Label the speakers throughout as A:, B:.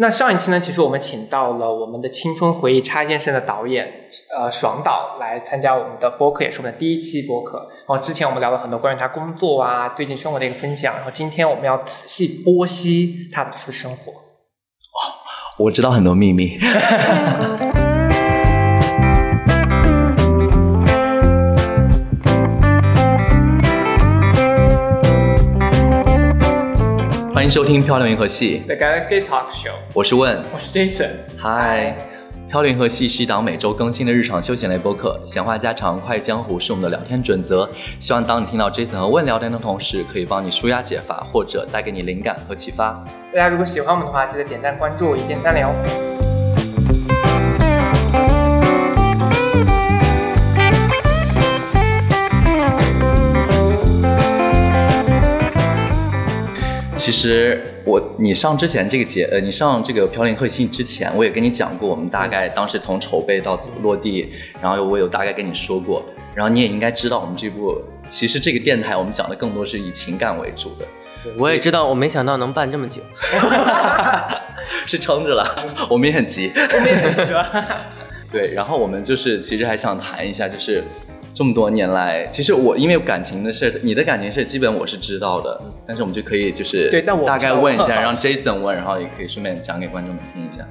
A: 那上一期呢，其实我们请到了我们的《青春回忆插先生》的导演呃爽导来参加我们的播客，也是我们的第一期播客。然后之前我们聊了很多关于他工作啊、最近生活的一个分享，然后今天我们要仔细剖析他的私生活。
B: 我知道很多秘密。 欢迎收听《漂亮银河系》，
A: The Galaxy Talk Show，
B: 我是问。
A: 我是 Jason。
B: 嗨，《漂流银河系》是一档每周更新的日常休闲类播客，闲话家常、快意江湖是我们的聊天准则。希望当你听到 Jason 和问聊天的同时，可以帮你舒压解乏，或者带给你灵感和启发。
A: 大家如果喜欢我们的话，记得点赞、关注、一键三连哦。
B: 其实我，你上之前这个节，呃，你上这个《漂流银河系》之前，我也跟你讲过，我们大概当时从筹备到落地，然后我有大概跟你说过，然后你也应该知道，我们这部其实这个电台我们讲的更多是以情感为主的，
C: 我也知哦道，我没想到能办这么久。
B: 是撑着了，我们也很急。
A: 后面很喜欢
B: 对，然后我们就是其实还想谈一下，就是这么多年来，其实我因为感情的事，你的感情事基本我是知道的，但是我们就可以就是
A: 对但我
B: 大概问一
A: 不知
B: 下，
A: 道
B: 让 Jason 问，然后也可以顺便讲给观众们听一下。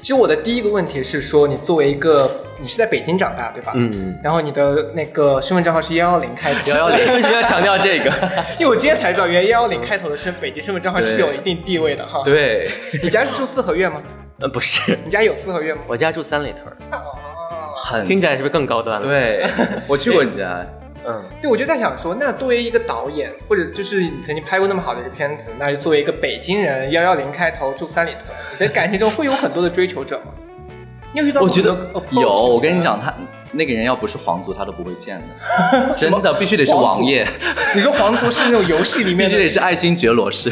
A: 其实我的第一个问题是说，你作为一个，你是在北京长大对吧？。
C: 嗯，
A: 然后你的那个身份证号是幺幺零开头，
B: 幺幺零为什么 要强调这个？
A: 因为我今天才知道，原来幺幺零开头的身北京身份证号是有一定地位的哈。，
B: 对，
A: 你家是住四合院吗？
C: 呃，不是，
A: 你家有四合院吗？
C: 我家住三里屯儿，
A: 哦，
B: 很
C: 听起来是不是更高端 了？，
B: 对，我去过你家，
C: 嗯，
A: 对，我就在想说，那作为一个导演，或者就是你曾经拍过那么好的一个片子，那作为一个北京人，幺幺零开头住三里屯，你在感情中会有很多的追求者吗？你有遇到过哦
B: 我觉得哦
A: 很多 approach
B: 有。我跟你
A: 吗
B: 讲，，他那个人要不是皇族，他都不会见 的，真的必须得是王爷，
A: 你说皇族是那种游戏里
B: 必
A: 面
B: 须
A: 的
B: 得是爱新觉罗氏。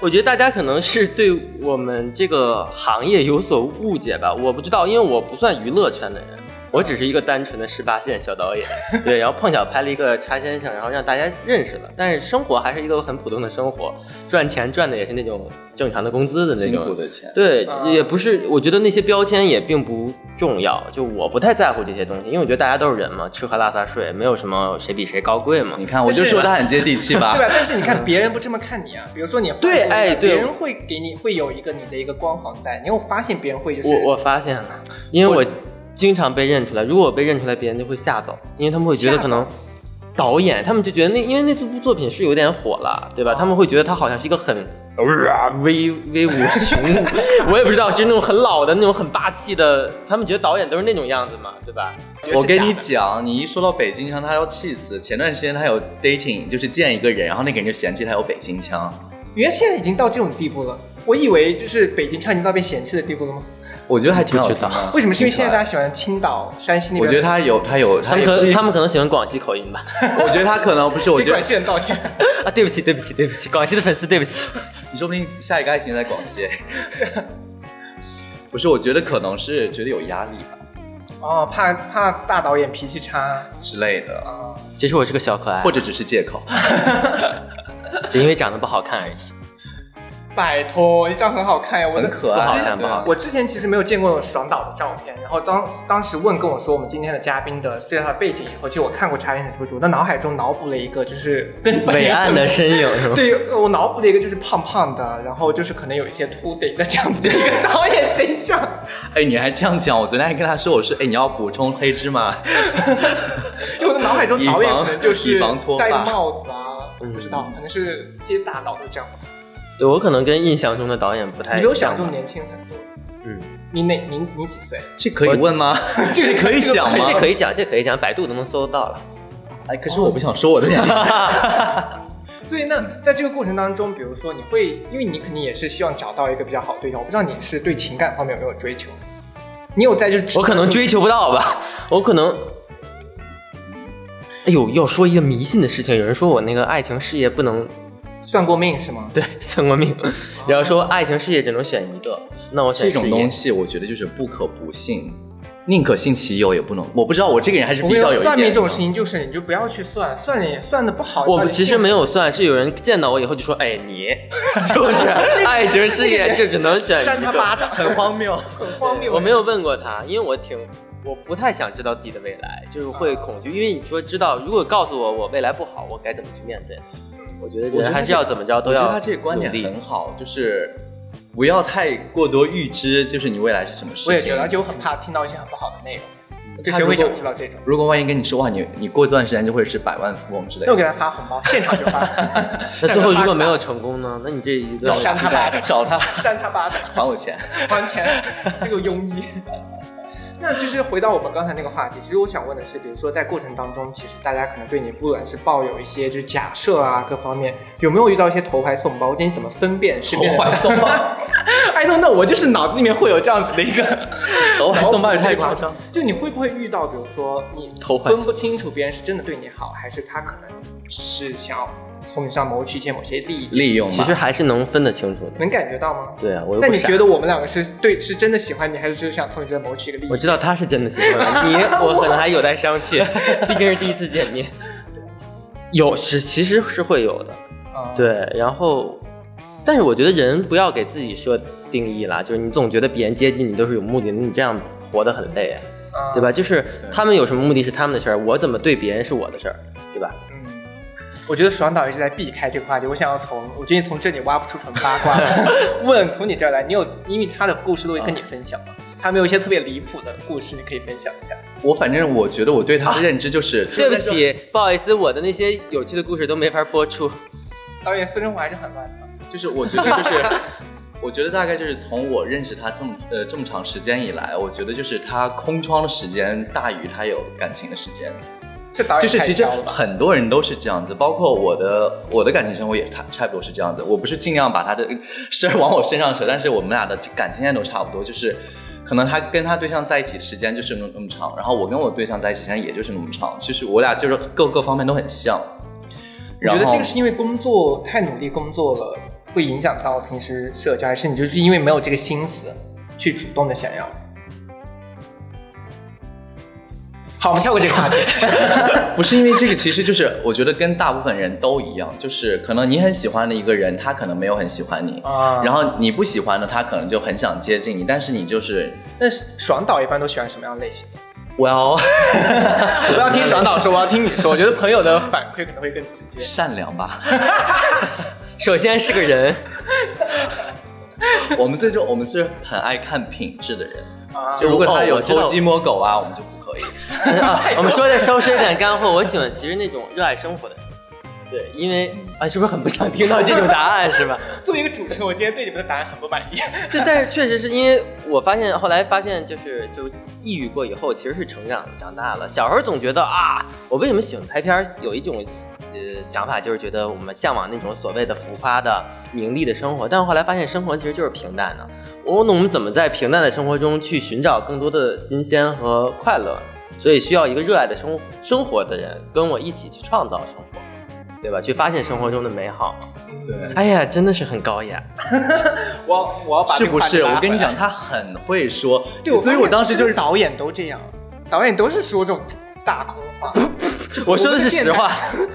C: 我觉得大家可能是对我们这个行业有所误解吧，我不知道，因为我不算娱乐圈的人，我只是一个单纯的十八线小导演，对，然后碰巧拍了一个茶先生，然后让大家认识了，但是生活还是一个很普通的生活，赚钱赚的也是那种正常的工资的那
B: 辛
C: 种，
B: 苦的钱。
C: 对
A: 啊，
C: 也不是，我觉得那些标签也并不重要，就我不太在乎这些东西，因为我觉得大家都是人嘛，吃喝拉撒睡，没有什么谁比谁高贵嘛
B: 你。看，我就说他很接地气吧
A: 对。吧？但是你看，别人不这么看你啊。比如说你换
C: 对
A: 工作
C: 哎对
A: 别人会给你会有一个你的一个光环在。你有发现别人会就是
C: 我我发现了，因为我经常被认出来，如果我被认出来，别人就会吓走，因为他们会觉
A: 吓
C: 得
A: 走
C: 可能导演，他们就觉得那因为那部作品是有点火了，对吧？他们会觉得他好像是一个很。啊威威武雄武， 我也不知道，就是那种很老的那种很霸气的，他们觉得导演都是那种样子嘛，对吧？
B: 我跟你
A: 讲。
B: 讲，你一说到北京腔，他要气死。前段时间他有 dating，就是见一个人，然后那个人就嫌弃他有北京腔。
A: 原来现在已经到这种地步了。我以为就是北京腔已经到被嫌弃的地步了吗？
B: 我觉得还挺好
C: 不
B: 听
C: 知道
B: 的。
A: 为什么？是因为现在大
B: 家
A: 家喜欢青岛、山西那边。
B: 啊我觉得他有他有
C: 他
B: 他
C: 们
B: 有，
C: 可他们可能喜欢广西口音吧。
B: 我觉得他可能不是，我
A: 对
B: 觉
A: 广
B: 得
A: 西人 道歉。
C: 啊，对不起，对不起，对不起，广西的粉丝，对不起。
B: 你说不定下一个爱情在广西。 不是，我觉得可能是觉得有压力吧
A: 哦，怕怕大导演脾气差
B: 之类的，
A: 啊。
C: 其实我是个小可爱，
B: 或者只是借口。
C: 只因为长得不好看而已。
A: 拜托，你这样很好看呀，我的
B: 很可爱
A: 我之
C: 不好看不好看
A: 我之前其实没有见过爽导的照片，然后当当时问跟我说我们今天的嘉宾的介绍背景以后，其实我看过《茶颜女主》，我的脑海中脑补了一个就是跟本
C: 伟
A: 人
C: 岸的身影是吗？
A: 对，我脑补了一个就是胖胖的，然后就是可能有一些秃顶的这样的一 个导演形象。
B: 哎，你还这样讲？我昨天还跟他说，我说，哎，你要补充黑芝麻。
A: 因为我的脑海中导演可能就是
B: 以防脱发
A: 戴个帽子啊，
C: 嗯
A: 不知道，可能是接大佬都这样吧。
C: 对我可能跟印象中的导演不太
A: 你
C: 一
A: 比我
C: 样
A: 想
C: 吧。
A: 中年轻很多。
C: 嗯，
A: 你哪你你几岁？
B: 这可以问吗？
A: 这个
B: 可以讲吗？
A: 这
C: 这可以讲，这可以讲，百度都能搜得到了。
B: 哎，可是我不想说我的年龄。
A: 所以那在这个过程当中，比如说你会，因为你肯定也是希望找到一个比较好的对象，我不知道你是对情感方面有没有追求，你有在就是
C: 我可能追求不到吧，我可能。哎呦，要说一个迷信的事情，有人说我那个爱情事业不能
A: 算过命是吗？
C: 对算过命，然后说爱情事业只能选一个，那我选
B: 这
C: 事
B: 种
C: 业
B: 东西，我觉得就是不可不信。宁可信其有，也不能。我不知道，我这个人还是
A: 我
B: 比
A: 跟你
B: 较
A: 说
B: 有一点。
A: 算命这种事情，就是你就不要去算，算了也算的不好。
C: 我
A: 算了
C: 其实
A: 也
C: 没有算，是有人见到我以后就说：“哎，你 就是 爱情事业就只能选
A: 扇
C: 一
A: 他
C: 个
A: 巴掌，
B: 很荒谬。
A: 很荒谬。
C: 我没有问过他，因为我挺我不太想知道自己的未来，就是会
A: 啊
C: 恐惧。因为你说知道，如果告诉我我未来不好，我该怎么去面对？
B: 我觉得
C: 我觉得还是要怎么着
B: 我
C: 都
B: 觉得
C: 要。
B: 他这个观点很好，就是不要太过多预知，就是你未来是什么事情。
A: 我也觉得，而且我很怕听到一些很不好的内容，就
B: 他
A: 谁
B: 如
A: 会
B: 果
A: 想知道这种？
B: 如果万一跟你说哇，你你过段时间就会是百万富翁之 类
A: 那我给
B: 的，
A: 他发红包，现场就发，
C: 那最后如果没有成功呢？那你这一个
A: 找扇他巴掌，
B: 找他
A: 扇他巴掌。
B: 还我钱。
A: 完全这个庸医。 那就是回到我们刚才那个话题，其实我想问的是，比如说在过程当中，其实大家可能对你不管是抱有一些就是假设啊各方面，有没有遇到一些投怀送抱？或者你怎么分辨是
B: 投怀送抱
A: ？I don't know，我哎就是脑子里面会有这样子的一 个
B: 投怀送抱
A: 脑补
B: 太
A: 这种
B: 夸张。
A: 就你会不会遇到，比如说你
B: 投怀
A: 分
B: 送
A: 不清楚别人是真的对你好，还是他可能只是想要从你上谋取一些某些利益？
B: 利用吧
C: 其实还是能分得清楚的。
A: 能感觉到吗？
C: 对啊，我又
A: 那
C: 不
A: 你
C: 傻
A: 觉。得我们两个是对是真的喜欢你，还是就是想从你这谋取一个利益？
C: 我知道他是真的喜欢你，我可能还有待商榷，毕竟是第一次见 面。有是其实是会有的，
A: 啊，
C: 对，然后，但是我觉得人不要给自己设定义啦，就是你总觉得别人接近你都是有目的的，你这样活得很累，
A: 啊
C: 对吧？？就是他们有什么目的是他们的事儿，我怎么对别人是我的事儿，对吧？
A: 嗯，我觉得爽导一直在避开这个话题，我想要从我决定从这里挖不出什么八卦， 问从你这儿来，你有因为他的故事都会跟你
B: 嗯
A: 分享吗？他没有一些特别离谱的故事，你可以分享一下。
B: 我反正我觉得我对他
A: 啊
B: 的认知就是，
C: 对不，起，不好意思，我的那些有趣的故事都没法播出。
A: 导演私生活还是很乱的。
B: 就是我觉得就是，我觉得大概就是从我认识他这么呃这么长时间以来，我觉得就是他空窗的时间大于他有感情的时间，
A: 这导演
B: 就是其实
A: 太高了吧
B: 很多人都是这样子，包括我的我的感情生活也差差不多是这样子。我不是尽量把他的 事儿往我身上扯，但是我们俩的感情现在都差不多，就是可能他跟他对象在一起时间就是那么那么长，然后我跟我对象在一起时间也就是那么长，其实我俩就是各个方面都很像。
A: 我
B: 然
A: 觉
B: 后
A: 得这个是因为工作太努力工作了，会影响到平时社交，还是你就是因为没有这个心思去主动的想要？好，我们跳过这个话题。
B: 不是因为这个，其实就是我觉得跟大部分人都一样，就是可能你很喜欢的一个人，他可能没有很喜欢你，
A: 啊
B: 然后你不喜欢的，他可能就很想接近你，但是你就是
A: 那爽导一般都喜欢什么样类型？
B: well
A: 我不要听爽导说，我要听你说。我觉得朋友的反馈可能会更直接。
B: 善良吧。
C: 首先是个 人，
B: 我们最终我们是很爱看品质的人，
A: 啊
B: 就如果他
C: 哦
B: 有
C: 我知道
B: 偷鸡摸狗啊，我们就不可以。
C: 啊我们说的稍深一点干货，我喜欢其实那种热爱生活的人。对，因为啊，是不是很不想听到这种答案是吧？
A: 作为一个主持人，我今天对你们的答案很不满意。
C: 对，但是确实是因为我发现，后来发现就是就抑郁过以后，其实是成长长大了。小时候总觉得啊，我为什么喜欢拍片儿？有一种呃想法，就是觉得我们向往那种所谓的浮夸的名利的生活。但是后来发现，生活其实就是平淡的。我那我们怎么在平淡的生活中去寻找更多的新鲜和快乐？所以需要一个热爱的生生活的人，跟我一起去创造生活，对吧？去发现生活中的美好。
B: 对
C: 哎呀，真的是很高雅。
A: 我我要把这
B: 是
A: 个
B: 不
A: 话题
B: 是？
A: 拉回来
B: 我跟你，讲，他很会说
A: 对，我，
B: 所以我当时就是
A: 导演都这样，导演都是说这种大空话。
C: 我说的是实话。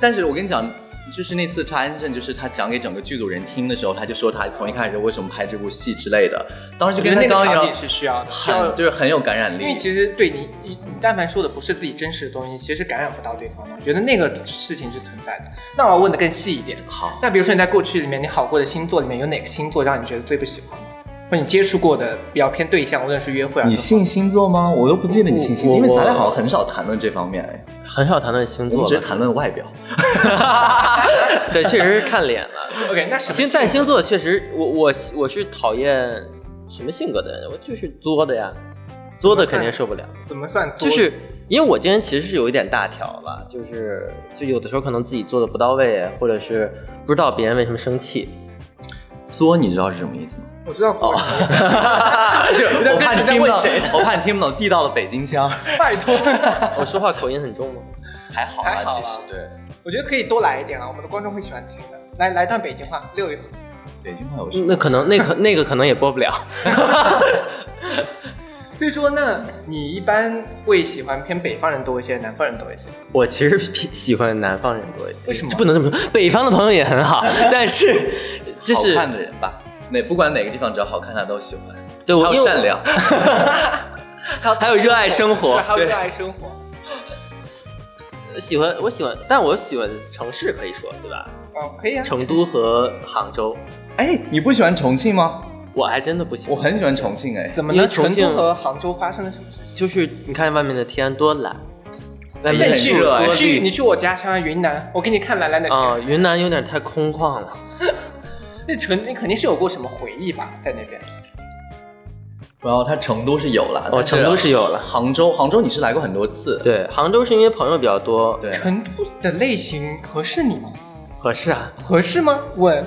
B: 但是我跟你讲，就是那次查安镇，就是他讲给整个剧组人听的时候，他就说他从一开始为什么拍这部戏之类的，当时
A: 我
B: 就
A: 觉得那
B: 跟他
A: 个
B: 刚
A: 场
B: 刚
A: 景是需要的，需要
B: 很就是很有感染
A: 因为
B: 力。
A: 其实对你，你你但凡说的不是自己真实的东西，其实感染不到对方的。我觉得那个事情是存在的。那我要问的更细一点，
B: 好，
A: 那比如说你在过去里面，你好过的星座里面有哪个星座让你觉得最不喜欢吗？或者你接触过的比较偏对象，无论是约会啊，
B: 你信星座吗？我都不记得你信星座，
C: 我
B: 因为咱俩
C: 我
B: 好像很少谈论这方面，哎
C: 很少谈论星
B: 我们
C: 座吧，
B: 只是谈论外表。
C: 对，确实是看脸了。
A: OK，那什么
C: 星在星座确实，我我我是讨厌什么性格的人，我就是作的呀，作的肯定受不了。
A: 怎么算作？
C: 就是因为我这人其实是有一点大条吧，就是就有的时候可能自己做的不到位，啊或者是不知道别人为什么生气。
B: 作，你知道是什么意思吗？
A: 我知道作
C: 哦
A: 是什么意
B: 就是
A: 你在
B: 我怕
A: 跟
B: 你
A: 谁在
B: 听不
A: 问
B: 懂
A: 谁，
B: 我怕你听不懂地道的北京腔。
A: 思，拜托，
C: 我说话口音很重吗？
B: 还好
A: 还
B: 吧，
A: 好
B: 其
A: 吧
B: 实对
A: 我觉得可以多来一点啊，我们的观众会喜欢听的。来来段北京话，溜一口。
C: 嗯
B: 北京话有什么？
C: 那可能那可那个可能也播不了。
A: 对所以说，那你一般会喜欢偏北方人多一些，南方人多一些？
C: 我其实偏喜欢南方人多一点，
A: 为什么
C: 不能这么说，北方的朋友也很好，但是就
B: 好
C: 是
B: 看的人吧，哪不管哪个地方，只要好看他都喜欢，
C: 对我
B: 还
C: 因
B: 有
C: 为
B: 善良。
C: 还有热爱生活，
A: 还有
C: 对
A: 热爱生活。
C: 喜欢我喜欢，但我喜欢城市可以说对吧？
A: 嗯，可以啊。
C: 成都和杭州，
B: 哎，你不喜欢重庆吗？
C: 我还真的不喜
B: 我
C: 欢。
B: 很喜欢重庆哎，
A: 怎么
C: 因
A: 呢？
C: 为重
A: 成
C: 庆
A: 都和杭州发生了什么事情？
C: 就是你看外面的天多蓝，外面
B: 也
C: 的
B: 很
A: 去
C: 树
B: 热哎
C: 多
A: 你去
C: 绿
A: 你去我家乡啊云南，我给你看蓝蓝的天。
C: 啊，云南有点太空旷了。
A: 那成你肯定是有过什么回忆吧，在那边。
B: 然后它成都是啊有啦，
C: 哦，
B: 但
C: 成都是有了。
B: 杭州，杭州你是来过很多次，
C: 对，杭州是因为朋友比较多，
B: 对，
A: 成都的类型合适你吗？
C: 合适啊。
A: 合适吗？问，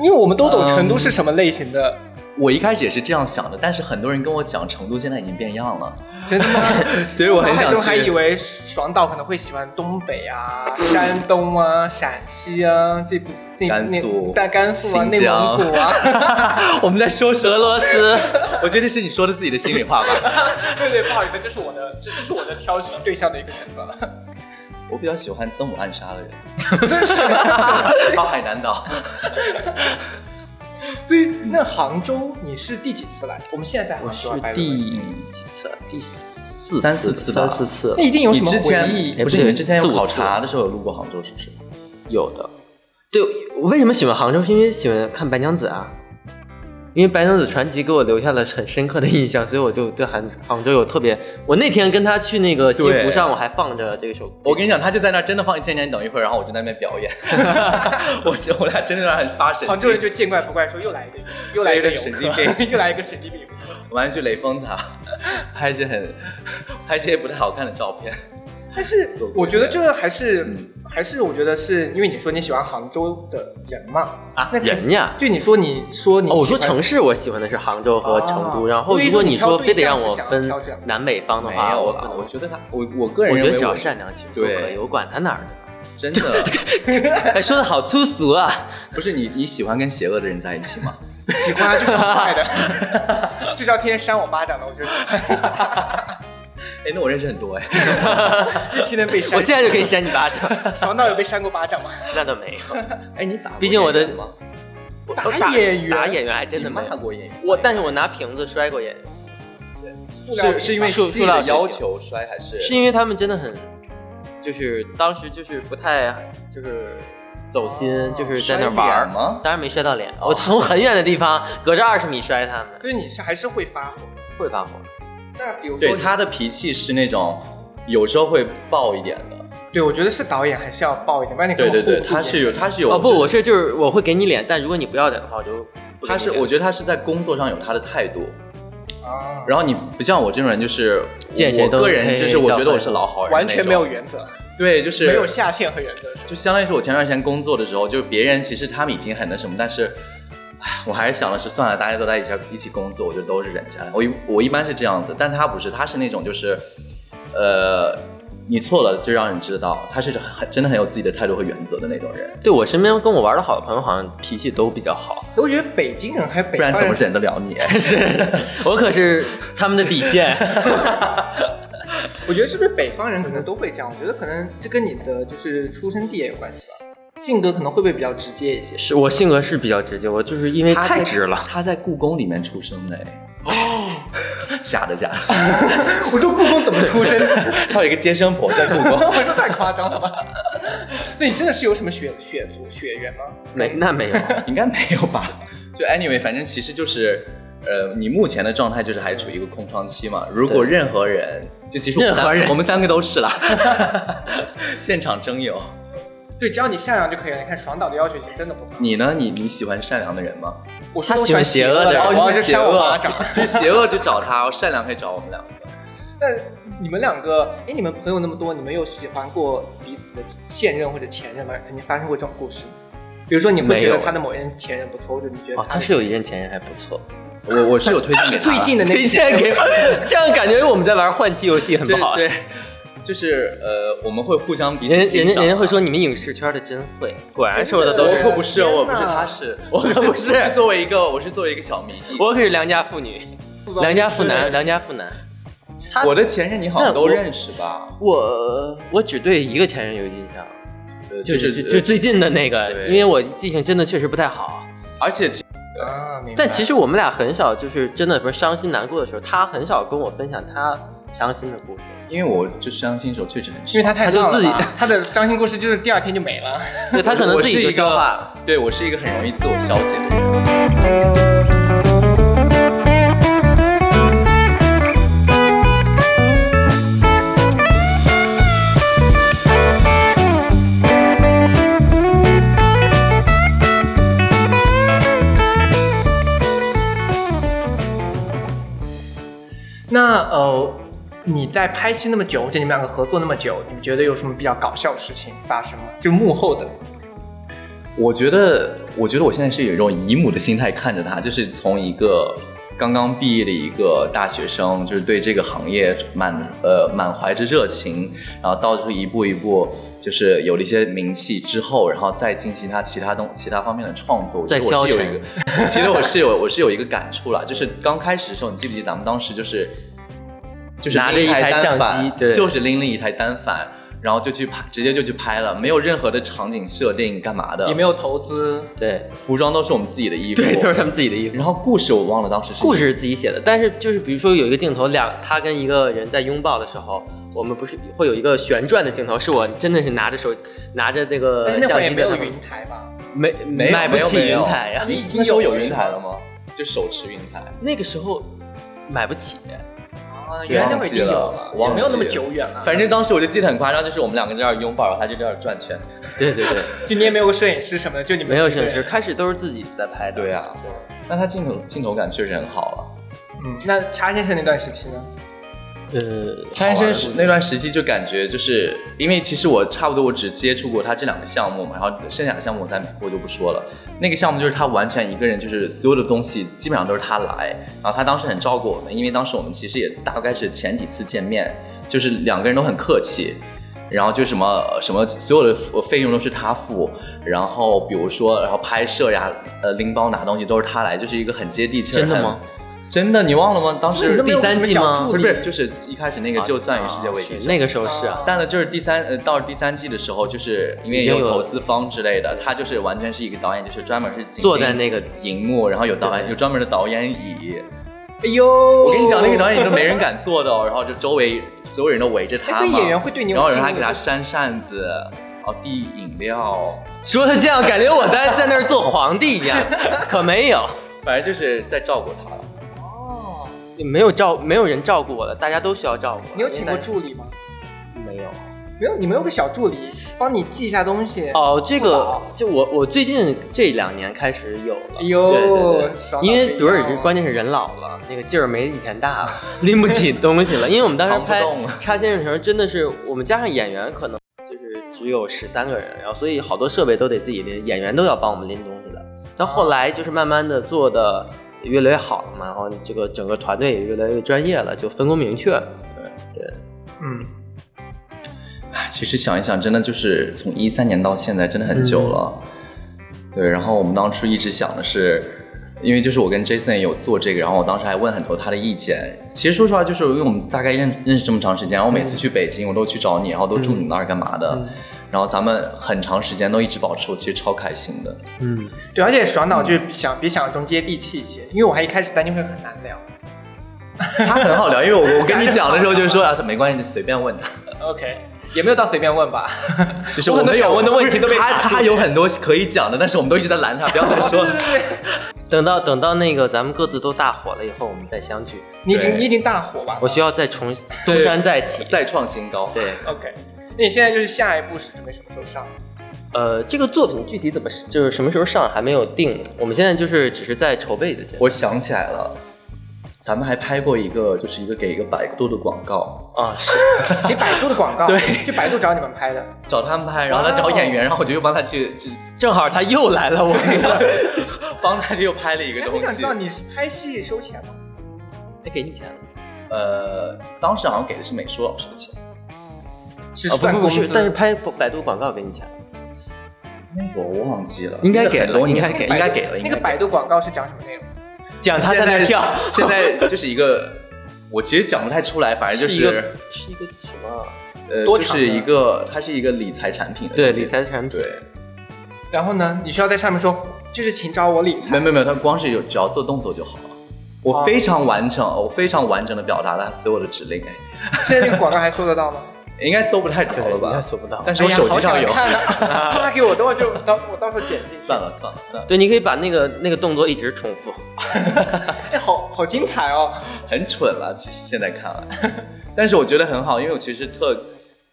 A: 因为我们都懂
B: 嗯
A: 成都是什么类型 的，
B: 我一开始也是这样想的，但是很多人跟我讲成都现在已经变样了，
A: 真的吗？
B: 所以我很
A: 脑海
B: 想
A: 中还以
B: 去。
A: 为爽岛可能会喜欢东北 啊、山东啊、陕西啊这部那
B: 甘
A: 那
B: 肃
A: 但甘肃啊、
B: 新
A: 内蒙
B: 疆
A: 古啊。
B: 我们在说什
C: 俄
B: 么？
C: 罗斯，
B: 我觉得是你说的自己的心里话吧。
A: 对 对，不好意思，这是我的，这这是我的挑选对象的一个选择。
B: 我比较喜欢曾母暗杀的人， 到海南岛。
A: 对，那杭州你是第几次来？我们现在在杭
C: 我
A: 州
C: 是
A: 啊，白鹿
C: 第几次啊？第四
B: 三四次吧
C: 三四次
A: 那一定有
B: 你
A: 什么
B: 之
A: 回
B: 前
A: 忆？哎
B: 不是你们之前
C: 四
B: 有
C: 五次
B: 考察的时候有路过杭州是不是？
C: 有的。对，我为什么喜欢杭州？是因为喜欢看《白娘子》啊，因为《白娘子传奇》给我留下了很深刻的印象，所以我就对杭杭州有特别。我那天跟他去那个西湖
B: 对
C: 上，我还放着这首歌。
B: 我跟你讲，他就在那儿真的放一千年等一会儿，然后我就在那边表 演，我就我俩真的让人发神经。
A: 杭州人就见怪不怪，说又来一个，又来一个游客
B: 又来一个神经病
A: 又来一个神经病。
B: 我们还去雷峰塔拍一些很拍一些不太好看的照片。
A: 但是我觉得这个还是
B: 嗯
A: 还是我觉得是因为你说你喜欢杭州的人嘛
B: 啊
A: 那肯
C: 人呀，
A: 对你说你说你
C: 哦，我说
A: 喜欢
C: 城市，我喜欢的是杭州和成都。
A: 哦
C: 然后，
A: 所以
C: 如
A: 说
C: 果
A: 你
C: 你
A: 挑
C: 说非得
A: 对象
C: 让
A: 是
C: 我
A: 想
C: 分
A: 挑这样的
C: 南北方的
B: 没有
C: 话，
B: 啊
C: 我
B: 吧
C: 可能
B: 我觉得他，我我个人
C: 我
B: 认
C: 觉
B: 为
C: 得只要
B: 我
C: 善良其实就
B: 对
C: 可以，我管他哪 儿呢。
B: 真的
C: 哎，说的好粗俗啊！
B: 不是你你喜欢跟邪恶的人在一起吗？
A: 喜欢啊就是很坏 的，就是要天天扇我巴掌的，我就喜欢，
B: 哎，那我认识很多哎，
A: 天天被扇。
C: 我现在就可以扇你 巴掌，
A: 床到有被扇过巴掌吗？
C: 那倒没有。
B: 哎你打过
C: 毕竟我的
B: 演员吗？
C: 我
A: 打演员
C: 打演员还真的
B: 你
C: 没
B: 骂
C: 有。
B: 过演员？
C: 我，但是我拿瓶子摔过演员，
A: 塑料
B: 是是因为
C: 塑
B: 戏
C: 塑料
B: 的
C: 水瓶
B: 要求摔还是？
C: 是因为他们真的很，就是当时就是不太就是走
A: 哦
C: 心，就是
B: 摔
C: 在那玩儿
B: 脸吗
C: 当然没摔到脸，我从很远的地方，隔着二十米摔他们，
A: 所以你是还是会发火。
C: 会发火。
A: 那比如说
B: 对，他的脾气是那种有时候会爆一点的。
A: 对我觉得是导演还是要爆一点，不然你根
B: 对
A: 本
B: 对对，
A: 护住
B: 他
A: 你
B: 是有他是有
C: 哦不，我是就是我会给你脸，但如果你不要脸的话，我就不给
B: 他
C: 你
B: 是
C: 脸
B: 我觉得他是在工作上有他的态度，
A: 啊，
B: 然后你不像我这种人，就是
C: 见谁
B: 我
C: 都
B: 个人就是我觉得我是
C: 嘿嘿
B: 老好人，
A: 完全没有。原则，
B: 对，就是
A: 没有下限和原则。
B: 就相当于是我前段时间工作的时候，就是别人其实他们已经很那什么，但是，唉，我还是想的是算了，大家都在一起一起工作，我就都是忍下来。我一我一般是这样子，但他不是，他是那种就是，呃，你错了就让人知道，他是很真的很有自己的态度和原则的那种人，
C: 对我身边跟我玩的好的朋友，好像脾气都比较好，
A: 我觉得北京人还是北
B: 不
A: 方
B: 然
A: 人
B: 怎么忍得了你？
C: 是 我可是他们的底 线。
A: 我觉得是不是北方人可能都会这样？我觉得可能这跟你的就是出生地也有关系吧，性格可能会不会比较直接一些？
C: 是我性格是比较直接，我就是因为
B: 他在
C: 太直了。
B: 他在故宫里面出生的，哎，哦，假的假的，
A: 我说故宫怎么 出生？
B: 他有一个接生婆在故宫。
A: 我说太夸张了吧？所以你真的是有什么血血族血缘吗？
C: 没，那没有，
B: 应该没有吧？就 anyway，反正其实就是，呃，你目前的状态就是还处于一个空窗期嘛。如果
C: 对
B: 任何人，就其实我们
C: 任何
B: 三
C: 人
B: 我们三个都是啦， 现场征友。
A: 对，只要你善良就可以了。你看爽导的要求已经真的不高。
B: 你呢？你你喜欢善良的人吗？
A: 我说
C: 他
A: 我
C: 喜欢
A: 邪
C: 邪恶的
A: 然
C: 人
A: 后
B: 哦
A: 你
B: 你
A: 就是
B: 邪
A: 扇我巴
B: 恶
A: 掌。，
B: 就是邪恶就找他，善良可以找我们两个。
A: 那你们两个，哎，你们朋友那么多，你们有喜欢过彼此的现任或者前任吗？曾经发生过这种故事吗？比如说，你会
C: 没
A: 觉
C: 有
A: 得他的某一任前任不错，或者你觉得
C: 哦，他是有一任前任还不 错，
B: 我我是有推荐给他
A: 最
B: 的
A: 近的那个
C: 推荐给我， 这样感觉我们在玩换气游戏很不 好。
B: 对，对就是呃，我们会互相彼
C: 人
B: 此
C: 家人
B: 欣
C: 家
B: 赏啊
C: 人家会说你们影视圈的真会，果然说的都
B: 我
C: 是
A: 真的
B: 可不是，我不是，
A: 天哪
B: 他 是，
C: 我可不是
B: 我作为一个，我是作为一个小迷弟，
C: 我可是良家妇女，良家妇男，良家妇男。他
B: 我的前任你好像都认识吧？
C: 我我只对一个前任有印象，
B: 呃
C: 就是就就最近的那个，
B: 对
C: 因为我记性真的确实不太好。
B: 呃而且其
A: 啊，明白
C: 但其实我们俩很少，就是真的，比如伤心难过的时候，他很少跟我分享他伤心的故事。
B: 因为我就伤心的时候确实很少，
A: 因为他太
C: 他就
A: 浪了
C: 自己
A: 吧 他的伤心故事就是第二天就没了。
C: 对他可能
B: 我
C: 自
B: 是
C: 己
B: 一
C: 就
B: 个
C: 消化了。
B: 对我是一个很容易自我消解的人。
A: 那呃，你在拍戏那么久，或者你们两个合作那么久，你们觉得有什么比较搞笑的事情发生吗？就幕后的，
B: 我觉得，我觉得我现在是有一种姨母的心态看着他，就是从一个刚刚毕业的一个大学生，就是对这个行业满呃满怀着热情，然后到处一步一步，就是有了一些名气之后，然后再进行他其他东其他方面的创作。我觉得
C: 再消
B: 我是有
C: 沉
B: 一个， 其实我是有我是有一个感触啦，就是刚开始的时候，你记不记得咱们当时就是就是
C: 拿着
B: 拎
C: 一台
B: 单
C: 相
B: 反
C: 机对
B: 就是拎了一台单反。然后就去拍，直接就去拍了，没有任何的场景设定干嘛的，
A: 也没有投资，
C: 对
B: 服装都是我们自己的衣服，
C: 对，都是他们自己的衣服。
B: 然后故事我忘了当时是
C: 故事是自己写的，但是就是比如说有一个镜头，两他跟一个人在拥抱的时候，我们不是会有一个旋转的镜头，是我真的是拿着手拿着那个
A: 但是哎那
C: 相
A: 会儿也
C: 机
A: 没
C: 在
A: 有
C: 那
A: 云台吧？
C: 没
B: 没有
C: 买不
B: 没有
C: 起
B: 没
C: 云
B: 有
C: 台啊呀、
A: 你已经
B: 那时候
A: 有
B: 有
A: 了
B: 云
A: 是
B: 台
A: 吧
B: 了吗？就手持云台，
C: 那个时候买不起，
A: 啊，
B: 对
A: 原来那会儿已经有
B: 忘记了忘
A: 也没有那么
B: 记了
A: 久远了。
B: 反正当时我就记得很夸张，就是我们两个在这儿拥抱，然后他就在这儿转圈。
C: 对对对，
A: 就你也没有个摄影师什么的，就你们
C: 没有
A: 几个
C: 摄
A: 人
C: 影师，。开始都是自己在拍的。
B: 对啊那他镜头镜头感确实很好啊了。
A: 嗯，那查先生那段时期呢？
C: 呃，
B: 差先
C: 是
B: 生那段时期就感觉就是因为其实我差不多我只接触过他这两个项目嘛，然后剩下的项目我在美国就不说了。那个项目就是他完全一个人，就是所有的东西基本上都是他来，然后他当时很照顾我们，因为当时我们其实也大概是前几次见面，就是两个人都很客气。然后就什么什么，所有的费用都是他付，然后比如说，然后拍摄呀，呃，拎包拿东西都是他来，就是一个很接地气儿。
C: 真的
B: 很
C: 吗？
B: 真的，你忘了吗？当
A: 那
B: 时
A: 你都没有
C: 第三
A: 什么
C: 季
A: 小
C: 吗
A: 助
B: 不是
A: 理
B: 不是，就是一开始那个就算于世界未敌
C: 啊
B: 手
C: 是那个时候是啊，
B: 但呢，就是第三呃，到了第三季的时候，就是因为
C: 已经有
B: 有投资方之类的，他就是完全是一个导演，就是专门是紧
C: 坐在
B: 盯
C: 那个
B: 荧幕，然后有导演
C: 对
B: 有专门的导演椅。
A: 哎呦，
B: 我
A: 我
B: 跟你讲，那个导演椅都没人敢坐的 哦，然后就周围所有人都围着
A: 哎，
B: 他
A: 所以
B: 嘛，
A: 演员会对你有
B: 然后人
A: 敬
B: 还
A: 意
B: 给他
A: 吗
B: 扇扇子，然后递饮料，
C: 说的这样，感觉我在在那儿做皇帝一样，可没有，
B: 反正就是在照顾他了。
A: 哦，
C: 也没有照，没有人照顾我了，大家都需要照顾我。
A: 你有请过
C: 因为大家
A: 助理吗？
C: 没有？
A: 没有，你们有个小助理帮你记一下东西。，
C: 哦，这
A: 不
C: 个
A: 早
C: 就我我最近这两年开始有了，
A: 哎呦
C: 对对对
A: 爽到
C: 因
A: 不
C: 为
A: 一
C: 主要也
A: 样
C: 是
A: 啊
C: 关键是人老了，那个劲儿没以前大了， 拎不起东西了。因为我们当时
B: 扛不
C: 拍
B: 动了
C: 《插先生》的时候，真的是我们加上演员可能就是只有十三个人，然后所以好多设备都得自己拎，演员都要帮我们拎东西的。但后来就是慢慢的做的越来越好了嘛，然后这个整个团队也越来越专业了，就分工明确了。
A: 嗯，
B: 唉其实想一想，真的就是从一三年到现在，真的很
A: 嗯
B: 久了。对，然后我们当初一直想的是，因为就是我跟 Jason 也有做这个，然后我当时还问很多他的意见。其实说实话，就是因为我们大概认认识这么长时间，然后每
A: 嗯
B: 次去北京我都去找你，然后都住你那儿干嘛的，然后咱们很长时间都一直保持，我其实超开心的。
C: 嗯，
A: 对，而且爽导就是比想比想象中接地气一些，因为我还一开始担心会很难 聊。
B: 他很好聊，因为我我跟你讲的时候就说啊，没关系，你随便问他。
A: OK，也没有到随便问 吧。
B: 就是
A: 我很多
B: 们有
A: 想问的问题都被
B: 他
A: 卡住
B: 他有很多可以讲的，但是我们都一直在拦他，不要再说。
C: 等到等到那个咱们各自都大火了以后，我们再相聚。
A: 你已经
B: 对
A: 你已经大火吧
C: 我需要再重
B: 对
C: 东山再起。
B: 再创新高，
C: 对，
A: ？OK，那你现在就是下一步是准备什么时候上？
C: 呃，这个作品具体怎么就是什么时候上还没有定，我们现在就是只是在筹备的阶段
B: 我想起来了，咱们还拍过一个，就是一个给一个百度的广告，
C: 啊，是
A: 给百度的广告，
B: 对，
A: 就百度找你们 拍的。
B: 找他们拍，然后他找
A: 哇哦
B: 演员，然后我就又帮他去，去
C: 正好他又来了，我
B: 帮他又拍了一个
A: 哎，
B: 东
A: 我想知
B: 西
A: 道。你是拍戏收钱吗？
C: 哎给你钱了
B: 呃，当时好像给的是美术老师的钱，
A: 哦是
C: 啊？不
A: 算
C: 不
A: 工
C: 不
A: 资
C: 是，但是拍百度广告给你钱了，
B: 那个我忘记了，
C: 应该给了
B: 很多年
C: 应该给了
B: 应该给了，
A: 那个百度广告是讲什么内容？
C: 讲 他
B: 现
C: 在那跳，
B: 现在就是一个我其实讲不太出来，反正就是
C: 一个是一个什么？
B: 呃，
C: 多
B: 就
C: 长
B: 是
C: 的
B: 一个它是一个理财产品的
C: 对，
B: 东西
C: 理财产品。
B: 对，
A: 然后呢，你需要在上面说，就是请找我理财。
B: 没有没有没有，它光是有只要做动作就好了。我
A: 哦
B: 非常完整，我非常完整的表达了它所有的指令，哎，
A: 现在这个广告还搜得到 吗？
B: 应该搜不太着了
C: 哎应该
B: 吧？
C: 搜不到。
B: 但是我手机上有
A: 哎呀，好想看啊！发给我，等会儿就到我到时候剪进去。
B: 算了算了算了，
C: 对，你可以把那个那个动作一直重复。
A: 哎，好好精彩哦！
B: 很蠢了，其实现在看来， 但是我觉得很好，因为我其实特，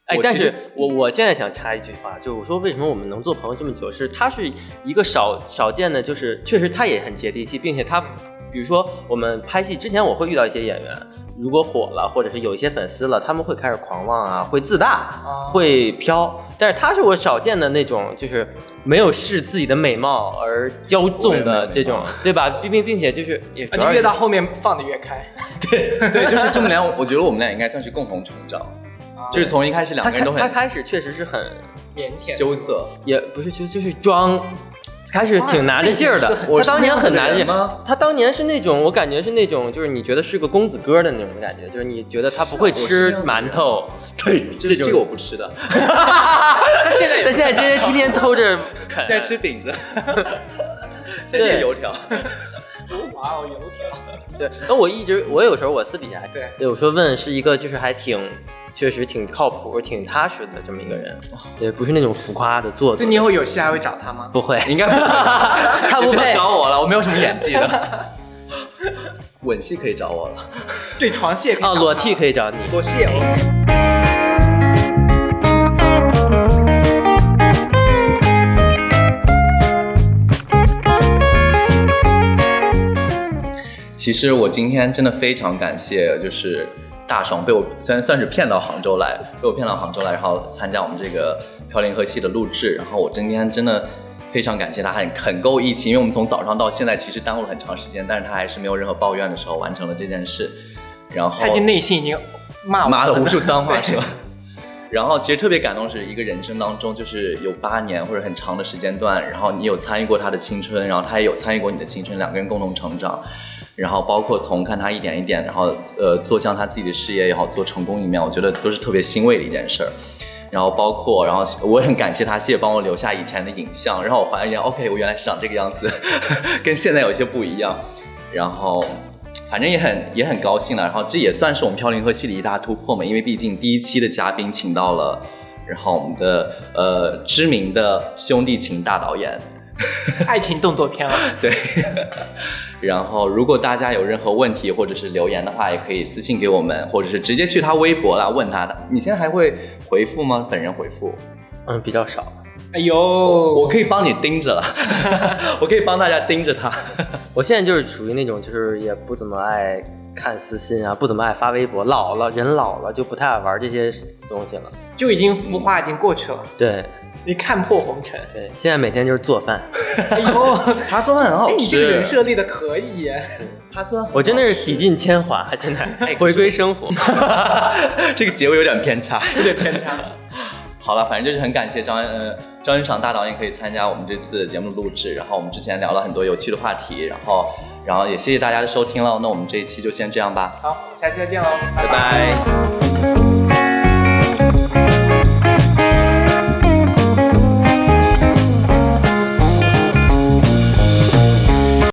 C: 哎
B: 我，
C: 但
B: 其实
C: 是我我现在想插一句话，就我说为什么我们能做朋友这么久，是他是一个少少见的，就是确实他也很接地气，并且他，比如说我们拍戏之前，我会遇到一些演员，如果火了，或者是有一些粉丝了，他们会开始狂妄啊，会自大，
A: 啊，
C: 会飘，但是他是我少见的那种，就是没有视自己的美貌而骄纵的这种，对吧？并并并且就是也
A: 啊
C: 主
A: 你
C: 要
A: 越
C: 是
A: 到后面放的越开。
B: 对，就是这么俩，我觉得我们俩应该算是共同成 长，就是从一开始两
C: 他
B: 个人
C: 开
B: 都
C: 他
B: 很
C: 开始确实是很
A: 啊腼腆
B: 羞涩，
C: 也不是，就就是装，开始挺拿着劲儿
A: 啊
C: 的。
B: 我
C: 他
B: 是
C: 当年很
B: 那样
C: 拿
B: 的
C: 劲
B: 人吗？
C: 他当年是那种，我感觉是那种，就是你觉得是个公子哥的那种感觉，就是你觉得他不会
B: 我是
C: 吃
B: 那样的人
C: 馒头，对，
B: 这
C: 种
B: 这个我不吃 的，
A: 他现在也
C: 他现在直接天天偷着 啃，
B: 现在吃饼子，现
C: 对
B: 在吃油条，
A: 哇哦，油条。
C: 对，那我一直我有时候我私底下
A: 对，
C: 有时候问是一个就是还挺。确实挺靠谱、挺踏实的这么一个人，对，不是那种浮夸的做作
A: 所以你以后有戏还会找他吗？
C: 不会，
B: 应该不会
C: 他不
B: 你要
C: 配
B: 找我了，我没有什么演技的。 吻戏可以找我了，
A: 对，床戏也可以
B: 啊
C: 哦，裸替可
A: 以，
C: 以找你。
A: 裸戏也 OK。
B: 其实我今天真的非常感谢，就是大爽被我虽然算是骗到杭州来，被我骗到杭州来，然后参加我们这个飘零和气的录制。然后我今天真的非常感谢他，很很够义气，因为我们从早上到现在其实耽误了很长时间，但是他还是没有任何抱怨的时候完成了这件事。然后
A: 他已经内心已经骂我
B: 骂了无数脏话
A: 对
B: 是吧？然后其实特别感动是一个人生当中，就是有八年或者很长的时间段，然后你有参与过他的青春，然后他也有参与过你的青春，两个人共同成长。然后包括从看他一点一点，然后呃做向他自己的事业也好，做成功一面，我觉得都是特别欣慰的一件事儿。然后包括，然后我也很感谢他，谢谢帮我留下以前的影像，让我还原，OK，我原来是长这个样子， 跟现在有些不一样。然后呃反正也很也很高兴了。然后这也算是我们飘零和系的一大突破嘛，因为毕竟第一期的嘉宾请到了，然后我们的呃知名的兄弟情大导演，
A: 爱情动作片了。
B: 对。 然后，如果大家有任何问题或者是留言的话，也可以私信给我们，或者是直接去他微博啦问他的。你现在还会回复吗？本人回复，
C: 嗯，比较少。
A: 哎呦，
B: 我
A: 我
B: 可以帮你盯着了， 我可以帮大家盯着他。
C: 我现在就是属于那种，就是也不怎么爱看私信啊，不怎么爱发微博。老了，人老了就不太爱玩这些东西了。
A: 就已经孵化已经过去了，
C: 对
A: 你看破红尘。
C: 对，现在每天就是做饭，
A: 哎呦，
B: 他做饭很好
A: 哎，
B: 吃，
A: 你这个人设立的可以耶，
B: 他做饭
C: 我真的是洗尽铅华，现在回归生活。
B: 这个结尾有点偏差。
A: 有点偏差。
B: 好了，反正就是很感谢张恩呃张恩赏大导演可以参加我们这次节目的录制，然后我们之前聊了很多有趣的话题，然后然后也谢谢大家的收听了，那我们这一期就先这样吧，
A: 好，下期再见喽，
B: 拜拜